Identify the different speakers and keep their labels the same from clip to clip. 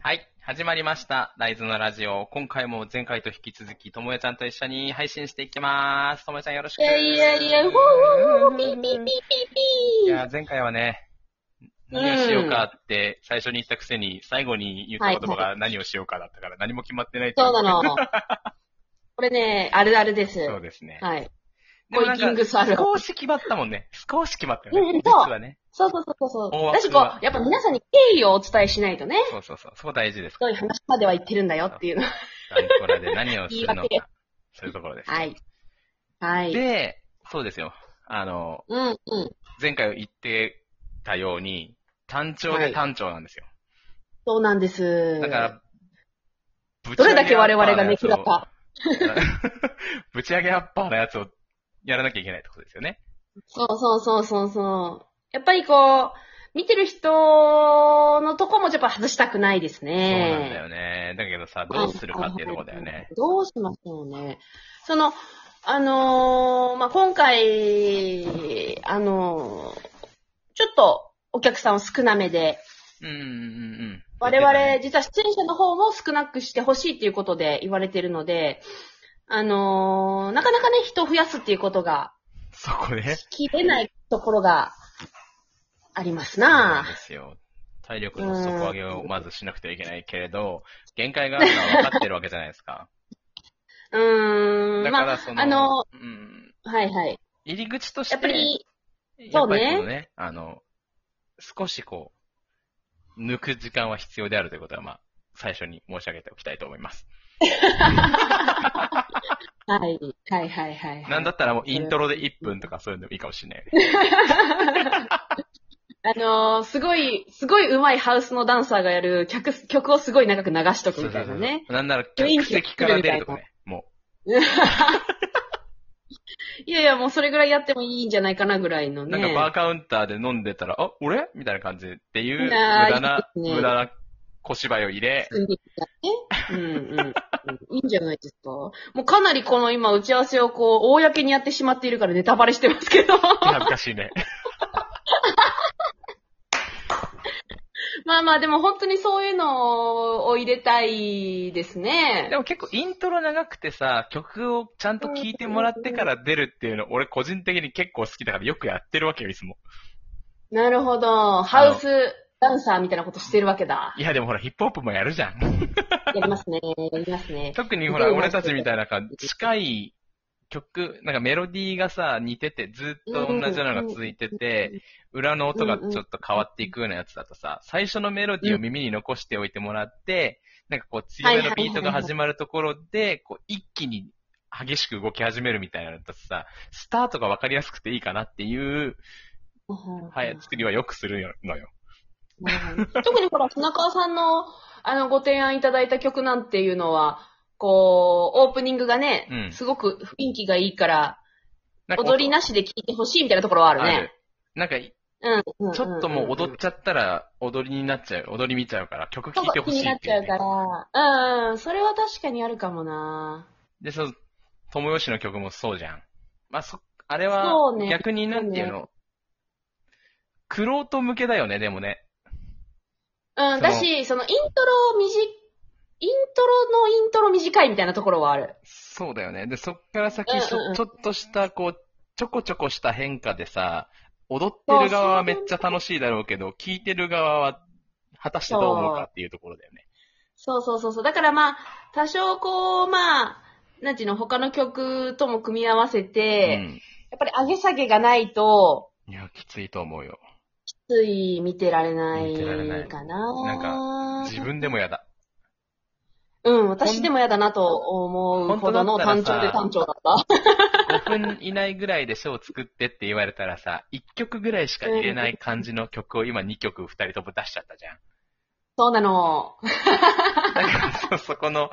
Speaker 1: はい。始まりました。ライズのラジオ。今回も前回と引き続き、ともよちゃんと一緒に配信していきます。ともよちゃんよろしく。
Speaker 2: いやいやいや、ほうほうほう、ピーピーピーピー
Speaker 1: い
Speaker 2: ピ
Speaker 1: や前回はね、何をしようかって最初に言ったくせに、最後に言った言葉が何をしようかだったから、何も決まってないって
Speaker 2: ー。
Speaker 1: い
Speaker 2: そう なの。これね、あるあるです。
Speaker 1: そうですね。
Speaker 2: はい。
Speaker 1: でもなん
Speaker 2: コイキングスあるある
Speaker 1: 少し決まったもんね。少し決まったよ
Speaker 2: うんう
Speaker 1: ね
Speaker 2: ん。
Speaker 1: 実
Speaker 2: そう
Speaker 1: はね。
Speaker 2: そうそうそうそう。
Speaker 1: 大枠は
Speaker 2: だし、こう、やっぱ皆さんに敬意をお伝えしないとね、
Speaker 1: そうそうそう。そう大事です。
Speaker 2: どういう話までは言ってるんだよ っていうの。
Speaker 1: ガンコラで何をするのか
Speaker 2: 言い。
Speaker 1: そういうところです。
Speaker 2: はい。はい。
Speaker 1: で、そうですよ。あの、
Speaker 2: うん、うん。
Speaker 1: 前回言ってたように、単調で単調なんですよ。
Speaker 2: そうなんです。
Speaker 1: だから、ぶ
Speaker 2: どれだけ我々がね、
Speaker 1: ち
Speaker 2: 嫌
Speaker 1: 上げアッパーのや
Speaker 2: か。
Speaker 1: つを ぶち上げアッパーのやつをやらなきゃいけないってことですよね。
Speaker 2: そうそうそうそうそう。やっぱりこう、見てる人のとこもやっぱ外したくないですね。
Speaker 1: そうなんだよね。だけどさ、どうするかっていうところだよね。。
Speaker 2: どうしましょうね。その、あのーまあ、今回、あのーちょっとお客さんを少なめで、
Speaker 1: うんうんうんうん。
Speaker 2: 我々、実は出演者の方も少なくしてほしいっていうことで言われてるので、あのーなかなかね、人を増やすっていうことが、
Speaker 1: そこね。
Speaker 2: 聞れないところがあります
Speaker 1: そうな
Speaker 2: なん
Speaker 1: ですよ。体力の底上げをまずしなくてはいけないけれど、限界があるのは分かってるわけじゃないですか。
Speaker 2: うー
Speaker 1: だか
Speaker 2: ん、まあ、
Speaker 1: らその、
Speaker 2: あの
Speaker 1: うん、
Speaker 2: はいはい。
Speaker 1: 入り口として、
Speaker 2: やっぱり、
Speaker 1: やっぱり
Speaker 2: そうね
Speaker 1: このね、あの、少しこう、抜く時間は必要であるということは、まあ、最初に申し上げておきたいと思います。
Speaker 2: はい、はいはいはいはい。
Speaker 1: なんだったらもうイントロで1分とかそういうのもいいかもしれない よね。
Speaker 2: あのーすごい、すごい上手いハウスのダンサーがやる曲、曲をすごい長く流しとくみたいなね。
Speaker 1: なんなら
Speaker 2: 雰囲
Speaker 1: 客
Speaker 2: 気を
Speaker 1: 席から出るとかね。も
Speaker 2: いやいや、もうそれぐらいやってもいいんじゃないかなぐらいの
Speaker 1: う、な
Speaker 2: ね。
Speaker 1: んかバーカウンターで飲んでたら、あ、俺みたいな感じっていう、無
Speaker 2: あー
Speaker 1: 駄な、
Speaker 2: いいですね
Speaker 1: 無駄な小芝居を入れ、
Speaker 2: うんうんうんいいんじゃないですか。もうかなりこの今打ち合わせをこう、公にやってしまっているからネタバレしてます けど。
Speaker 1: 恥ずかしい ね。
Speaker 2: まあまあでも本当にそういうのを入れたいですね
Speaker 1: で。も結構イントロ長くてさ、曲をちゃんと聴いてもらってから出るっていうの、俺個人的に結構好きだからよくやってるわけよ、いつも。
Speaker 2: なるほど。ハウスダンサーみたいなことしてるわけだ。
Speaker 1: いや、でもほら、ヒップホップもやるじゃ ん。
Speaker 2: やりますね。やりますね。
Speaker 1: 特にほら、
Speaker 2: うん
Speaker 1: 俺たちみたいな、感じ近い曲、なんかメロディーがさ、似てて、ずっと同じようなのが続いてて、裏の音がちょっと変わっていくようなやつだとさ、最初のメロディーを耳に残しておいてもらって、なんかこう、強めのビートが始まるところで、こう、一気に激しく動き始めるみたいなのだとさ、スタートがわかりやすくていいかなっていう、はい、作りはよくするのよ。
Speaker 2: 特にほら、砂川さんの、あの、ご提案いただいた曲なんていうのは、こう、オープニングがね、
Speaker 1: うん
Speaker 2: すごく雰囲気がいいから、
Speaker 1: なんか
Speaker 2: 踊りなしで聴いてほしいみたいなところはある
Speaker 1: あ
Speaker 2: ね
Speaker 1: る。。なんか、
Speaker 2: うんうん。
Speaker 1: ちょっともう踊っ
Speaker 2: ち
Speaker 1: ちゃったら踊りになっちゃう、踊り見ちゃうから曲
Speaker 2: ゃ
Speaker 1: 聴
Speaker 2: う
Speaker 1: い
Speaker 2: ん。
Speaker 1: てほしい
Speaker 2: 気になっ
Speaker 1: って
Speaker 2: ち
Speaker 1: い
Speaker 2: ゃ
Speaker 1: う
Speaker 2: う
Speaker 1: ね、
Speaker 2: から、うん、それは確かにあるかもな
Speaker 1: で、その、友よしの曲もそうじゃん。まあ、そ、あれは
Speaker 2: そう、ね
Speaker 1: 逆になんていう
Speaker 2: そう
Speaker 1: の、くろうと向けだよね、でもね。
Speaker 2: うん、だし、その、イントロ短い、イントロのイントロ短いみたいなところはある。
Speaker 1: そうだよね。で、そっから先、そ
Speaker 2: うんうんうん
Speaker 1: ちょっとした、こう、ちょこちょこした変化でさ、踊ってる側はめっちゃ楽しいだろうけど、聴いてる側は、果たしてどう思うかっていうところだよね。
Speaker 2: そうそうそうそう。だからまあ、多少こう、まあ、なんていうの、他の曲とも組み合わせて、やっぱり上げ下げがないと、
Speaker 1: うん。いや、きついと思うよ。
Speaker 2: つい見てられな
Speaker 1: 見てられない
Speaker 2: いかな。
Speaker 1: な自分でもやだ。
Speaker 2: うん、私でも嫌だなと思うほどの単調で単調だった。
Speaker 1: 5分以内ぐらいでショーを作ってって言われたらさ、1曲ぐらいしか入れない感じの曲を今2曲2人とも出しちゃったじゃん。
Speaker 2: そうなの。
Speaker 1: だからそ、そこの、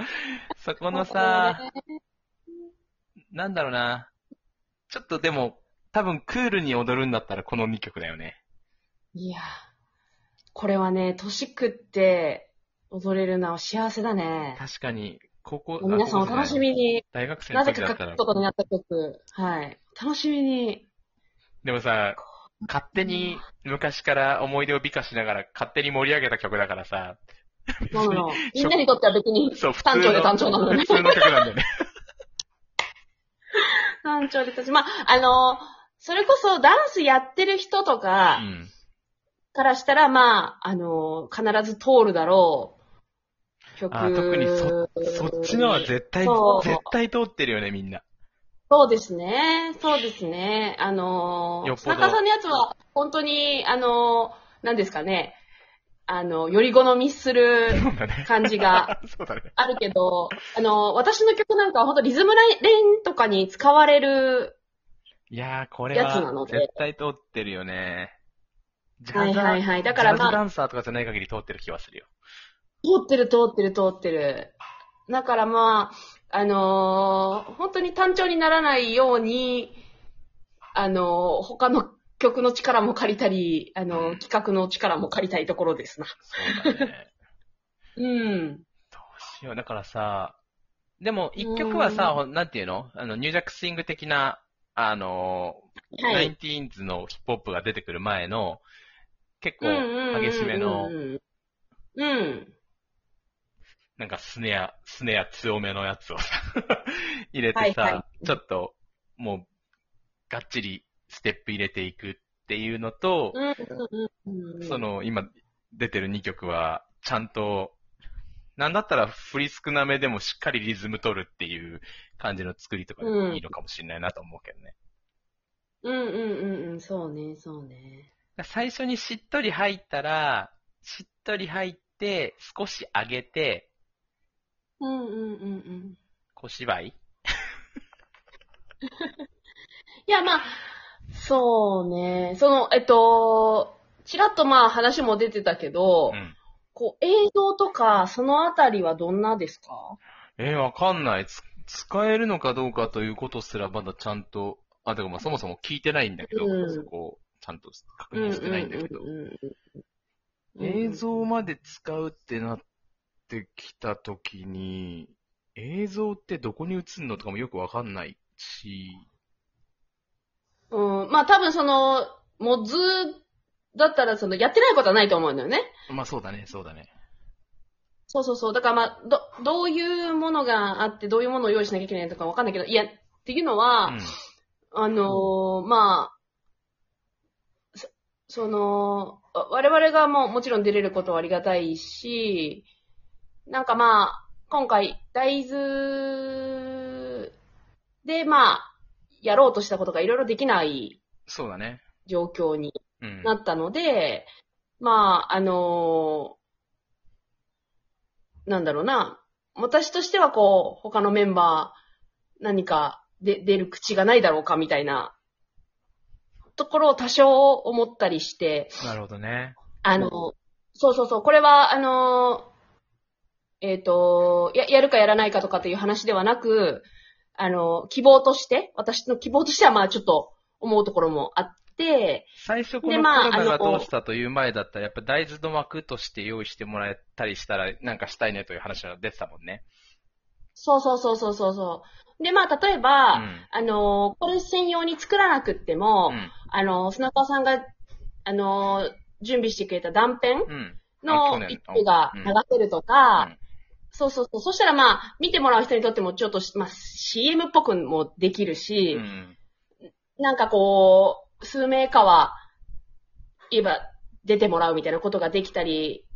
Speaker 1: そこのさ、なんだろうな。ちょっとでも、多分クールに踊るんだったらこの2曲だよね。
Speaker 2: いや、これはね、年食って踊れるのは幸せだね。
Speaker 1: 確かに、高校、
Speaker 2: もう皆さんお楽しみに、
Speaker 1: あ。高校じゃない大学生
Speaker 2: な
Speaker 1: の
Speaker 2: ぜ
Speaker 1: 時
Speaker 2: か
Speaker 1: だ
Speaker 2: 書
Speaker 1: ったら
Speaker 2: く。ことになった曲。はい。楽しみに。
Speaker 1: でもさ、勝手に昔から思い出を美化しながら勝手に盛り上げた曲だからさ、
Speaker 2: な のよ。みんなにとっては別に、
Speaker 1: そう、普通
Speaker 2: 単
Speaker 1: の
Speaker 2: 調で単調なのよ
Speaker 1: 普
Speaker 2: ね。
Speaker 1: 通の曲なんだよね。
Speaker 2: 単調で単調。まあ、あのーそれこそダンスやってる人と
Speaker 1: う
Speaker 2: か、
Speaker 1: ん。
Speaker 2: からしたら、まあ、あの、必ず通るだろう曲。
Speaker 1: あー特にそっちのは絶対、
Speaker 2: そう
Speaker 1: 絶対通ってるよね、みんな。
Speaker 2: そうですね。そうですね。あの
Speaker 1: よっ
Speaker 2: ー、
Speaker 1: ぽど
Speaker 2: 田中さんのやつは、本当に、あのー、なんですかね。あの、より好みする
Speaker 1: そうだね。
Speaker 2: 感じが
Speaker 1: そうだね。
Speaker 2: あるけど、 あのー、私の曲なんかは本当リズムラインとかに使われる、
Speaker 1: いやー、これ
Speaker 2: やつな
Speaker 1: は
Speaker 2: ので
Speaker 1: 絶対通ってるよね。ジ
Speaker 2: は
Speaker 1: ャ
Speaker 2: い
Speaker 1: ズ、
Speaker 2: はいはい。だから
Speaker 1: ジャ
Speaker 2: ま
Speaker 1: ズ
Speaker 2: あ、
Speaker 1: ダンサーとかじゃない限り通ってる気はするよ。
Speaker 2: 通ってる通ってる通ってる。だからまあ、あのー本当に単調にならないように、あのー他の曲の力も借りたり、あのー企画の力も借りたいところですな。
Speaker 1: そうだね。
Speaker 2: うん。
Speaker 1: どうしよう。だからさ、でも一曲はさ、なんていうのあの、ニュージャックスイング的な、あのー、
Speaker 2: は
Speaker 1: ナイ
Speaker 2: い
Speaker 1: ン。ティーンズのヒップホップが出てくる前の、結
Speaker 2: う
Speaker 1: 構激しめの
Speaker 2: ん、うんうんうん。うん。
Speaker 1: なんかスネア、スネア強めのやつをさ、 入れ
Speaker 2: は
Speaker 1: て
Speaker 2: い
Speaker 1: さ、
Speaker 2: は
Speaker 1: ちょっと、もう、がっちりステップ入れていくっていうのと、
Speaker 2: うんうんうん。
Speaker 1: そ、の、今出てる2曲は、ちゃんと、なんだったら振り少なめでもしっかりリズム取るっていう感じの作りとかでもいいのかもしれないなと思うけどね。
Speaker 2: うんうんうんうん。そうね、そうね。
Speaker 1: 最初にしっとり入ったら、しっとり入って、少し上げて、
Speaker 2: うんうんうんうん。
Speaker 1: 小芝居
Speaker 2: いや、まあ、そうね。その、えっと、ちらっとまあ話も出てたけど、
Speaker 1: うん。
Speaker 2: こう、映像とか、そのあたりはどんなですか
Speaker 1: えーわかんない。つ使えるのかどうかということすらまだちゃんと、あ、てかまあそもそも聞いてないんだけど、
Speaker 2: うん
Speaker 1: そこをちゃんと確認してないんだけど。
Speaker 2: うんうんうんうん
Speaker 1: 映像まで使うってなってきたときに、映像ってどこに映るのとかもよくわかんないし、
Speaker 2: うん、まあ多分その、モズだったらその、やってないことはないと思うんだよね。
Speaker 1: まあそうだね、そうだね。
Speaker 2: そうそうそう。だからまあ、ど、どういうものがあって、どういうものを用意しなきゃいけないとかわかんないけど、いや、っていうのは、
Speaker 1: うん。
Speaker 2: あのーまあ、そその、わ我々がもうもちろん出れることはありがたいし、なんかまあ、今回、大豆で、まあ、やろうとしたことがいろいろできない
Speaker 1: そうだね。
Speaker 2: 状況に
Speaker 1: うん。
Speaker 2: なったので、まあ、あのーなんだろうな、私としてはこう、他のメンバー、何かで出る口がないだろうかみたいな、ところを多少思ったりして、
Speaker 1: なるほどね。
Speaker 2: あの、そうそうそう、これは、あのーえっ、とや、やるかやらないかとかっていう話ではなく、あの、希望として、私の希望としては、まあちょっと思うところもあって、
Speaker 1: 最初このコ
Speaker 2: で
Speaker 1: ロ
Speaker 2: まあ
Speaker 1: ナが
Speaker 2: あの
Speaker 1: どうしたという前だったら、やっぱ大豆の枠として用意してもらえたりしたら、なんかしたいねという話が出てたもんね。
Speaker 2: そうそうそうそうそうそう。で、まあ、例え
Speaker 1: う
Speaker 2: ば、
Speaker 1: ん。
Speaker 2: あのー、これ専用に作らなくっても、あのー、砂川さんが、あのー、準備してくれた断片
Speaker 1: うん。うん。あ去
Speaker 2: の
Speaker 1: 年
Speaker 2: 一手が流せるとか、
Speaker 1: うん
Speaker 2: そうそうそう。そしたらまあ、見てもらう人にとってもちょっとし、まあ、CM っぽくもできるし、
Speaker 1: うん。
Speaker 2: なんかこう、数名かは、言えば出てもらうみたいなことができたり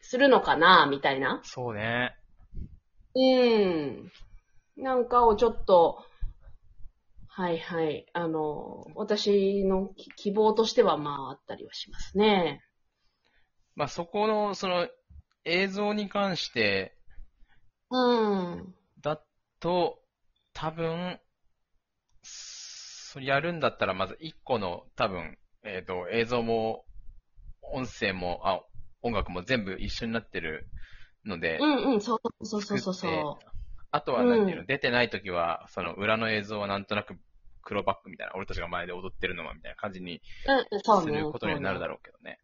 Speaker 2: するのかな、みたいな。
Speaker 1: そうね。
Speaker 2: うん。なんかをちょっと、はいはい。あの、私のき希望としてはまああったりはしますね。
Speaker 1: まあそこの、その、映像に関して、
Speaker 2: うん。
Speaker 1: だと、多分、そやるんだったら、まず1個の、多分、えっ、と、映像も、音声も、あ、音楽も全部一緒になってるので、
Speaker 2: うんうん、そうそうそうそ
Speaker 1: 作
Speaker 2: うそ
Speaker 1: ってあとは、なんていうの、
Speaker 2: う
Speaker 1: 出てない時は、その裏の映像はなんとなく黒バックみたいな、俺たちが前で踊ってるのはみたいな感じに
Speaker 2: う。うんうん、そう
Speaker 1: す
Speaker 2: ね。
Speaker 1: ることにはなるだろうけどね。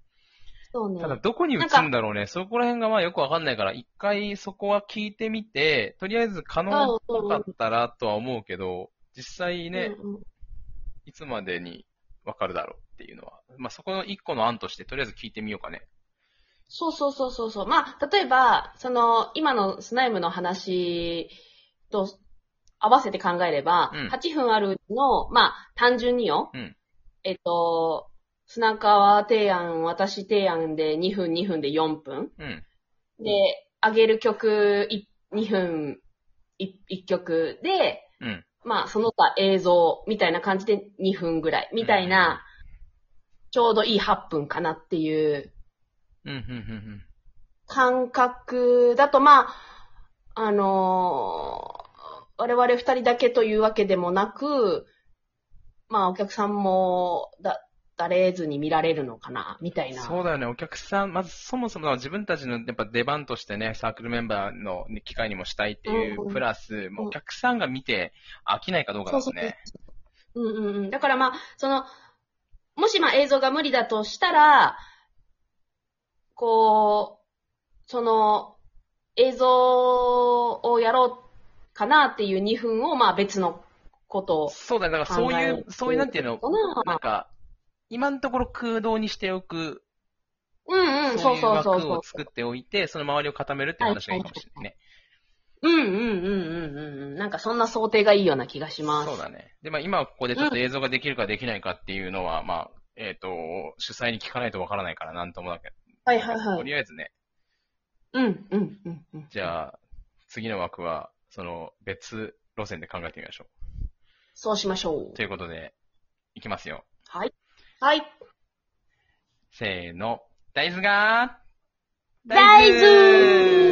Speaker 2: そうね。
Speaker 1: ただ、どこに映るんだろうね。そこら辺がまあよくわかんないから、一回そこは聞いてみて、とりあえず可能っぽかったらとは思うけど、実際ね、
Speaker 2: うんうん
Speaker 1: いつまでにわかるだろうっていうのは。まあそこの一個の案として、とりあえず聞いてみようかね。
Speaker 2: そうそうそうそうそう。まあ、例えば、その、今のスナイムの話と合わせて考えれば、
Speaker 1: うん
Speaker 2: 8分あるうちの、まあ、単純によ、
Speaker 1: うん
Speaker 2: えっと、砂川提案、私提案で2分、2分で4分。
Speaker 1: うん。
Speaker 2: で、上げる曲2分 1, 曲で、
Speaker 1: うん。
Speaker 2: まあ、その他映像みたいな感じで2分ぐらい、みた
Speaker 1: うんう
Speaker 2: い
Speaker 1: んうん
Speaker 2: な、ちょうどいい8分かなっていう
Speaker 1: うん、うん、うん
Speaker 2: 感覚だと、まあ、あのー我々二人だけというわけでもなく、まあ、お客さんも、だ、だれずに見られるのかな、みた
Speaker 1: う
Speaker 2: い
Speaker 1: ん。
Speaker 2: な。
Speaker 1: そうだよね。お客さん、まずそもそも自分たちのやっぱ出番としてね、サークルメンバーの機会にもしたいってい
Speaker 2: うんう
Speaker 1: う、
Speaker 2: ん
Speaker 1: プラス、もうお客さんが見て飽きないかどうかですね。
Speaker 2: うんうんうん。だからまあ、その、もしまあ映像が無理だとしたら、こう、その、映像をやろうかなっていう2分をまあ別のことを考
Speaker 1: そうだね。だからそうい
Speaker 2: え
Speaker 1: う、そういうなんていうの、
Speaker 2: かな
Speaker 1: なんか、今のところ空洞にしておく、
Speaker 2: うんうん、
Speaker 1: そ
Speaker 2: そうう
Speaker 1: いう
Speaker 2: そうそう
Speaker 1: 枠
Speaker 2: そう
Speaker 1: を。作っておいて、その周りを固めるっていう話がいいかもしれないね。
Speaker 2: うんうんうんうんうんうん。なんかそんな想定がいいような気がします。
Speaker 1: そうだね。で、まあ今はここでちょっと映像ができるかできないかっていうのは、まあ、えっ、と、主催に聞かないとわからないから、なんともだけど。
Speaker 2: はいはいは
Speaker 1: と
Speaker 2: い。
Speaker 1: りあえずね、
Speaker 2: うんうんうんうん。
Speaker 1: じ
Speaker 2: あ。
Speaker 1: ゃあ、次の枠は、その別路線で考えてみましょ
Speaker 2: そうしましょう
Speaker 1: う。と。いうことで、いきますよ。
Speaker 2: はい。はい。
Speaker 1: せーの。大豆が
Speaker 2: 大豆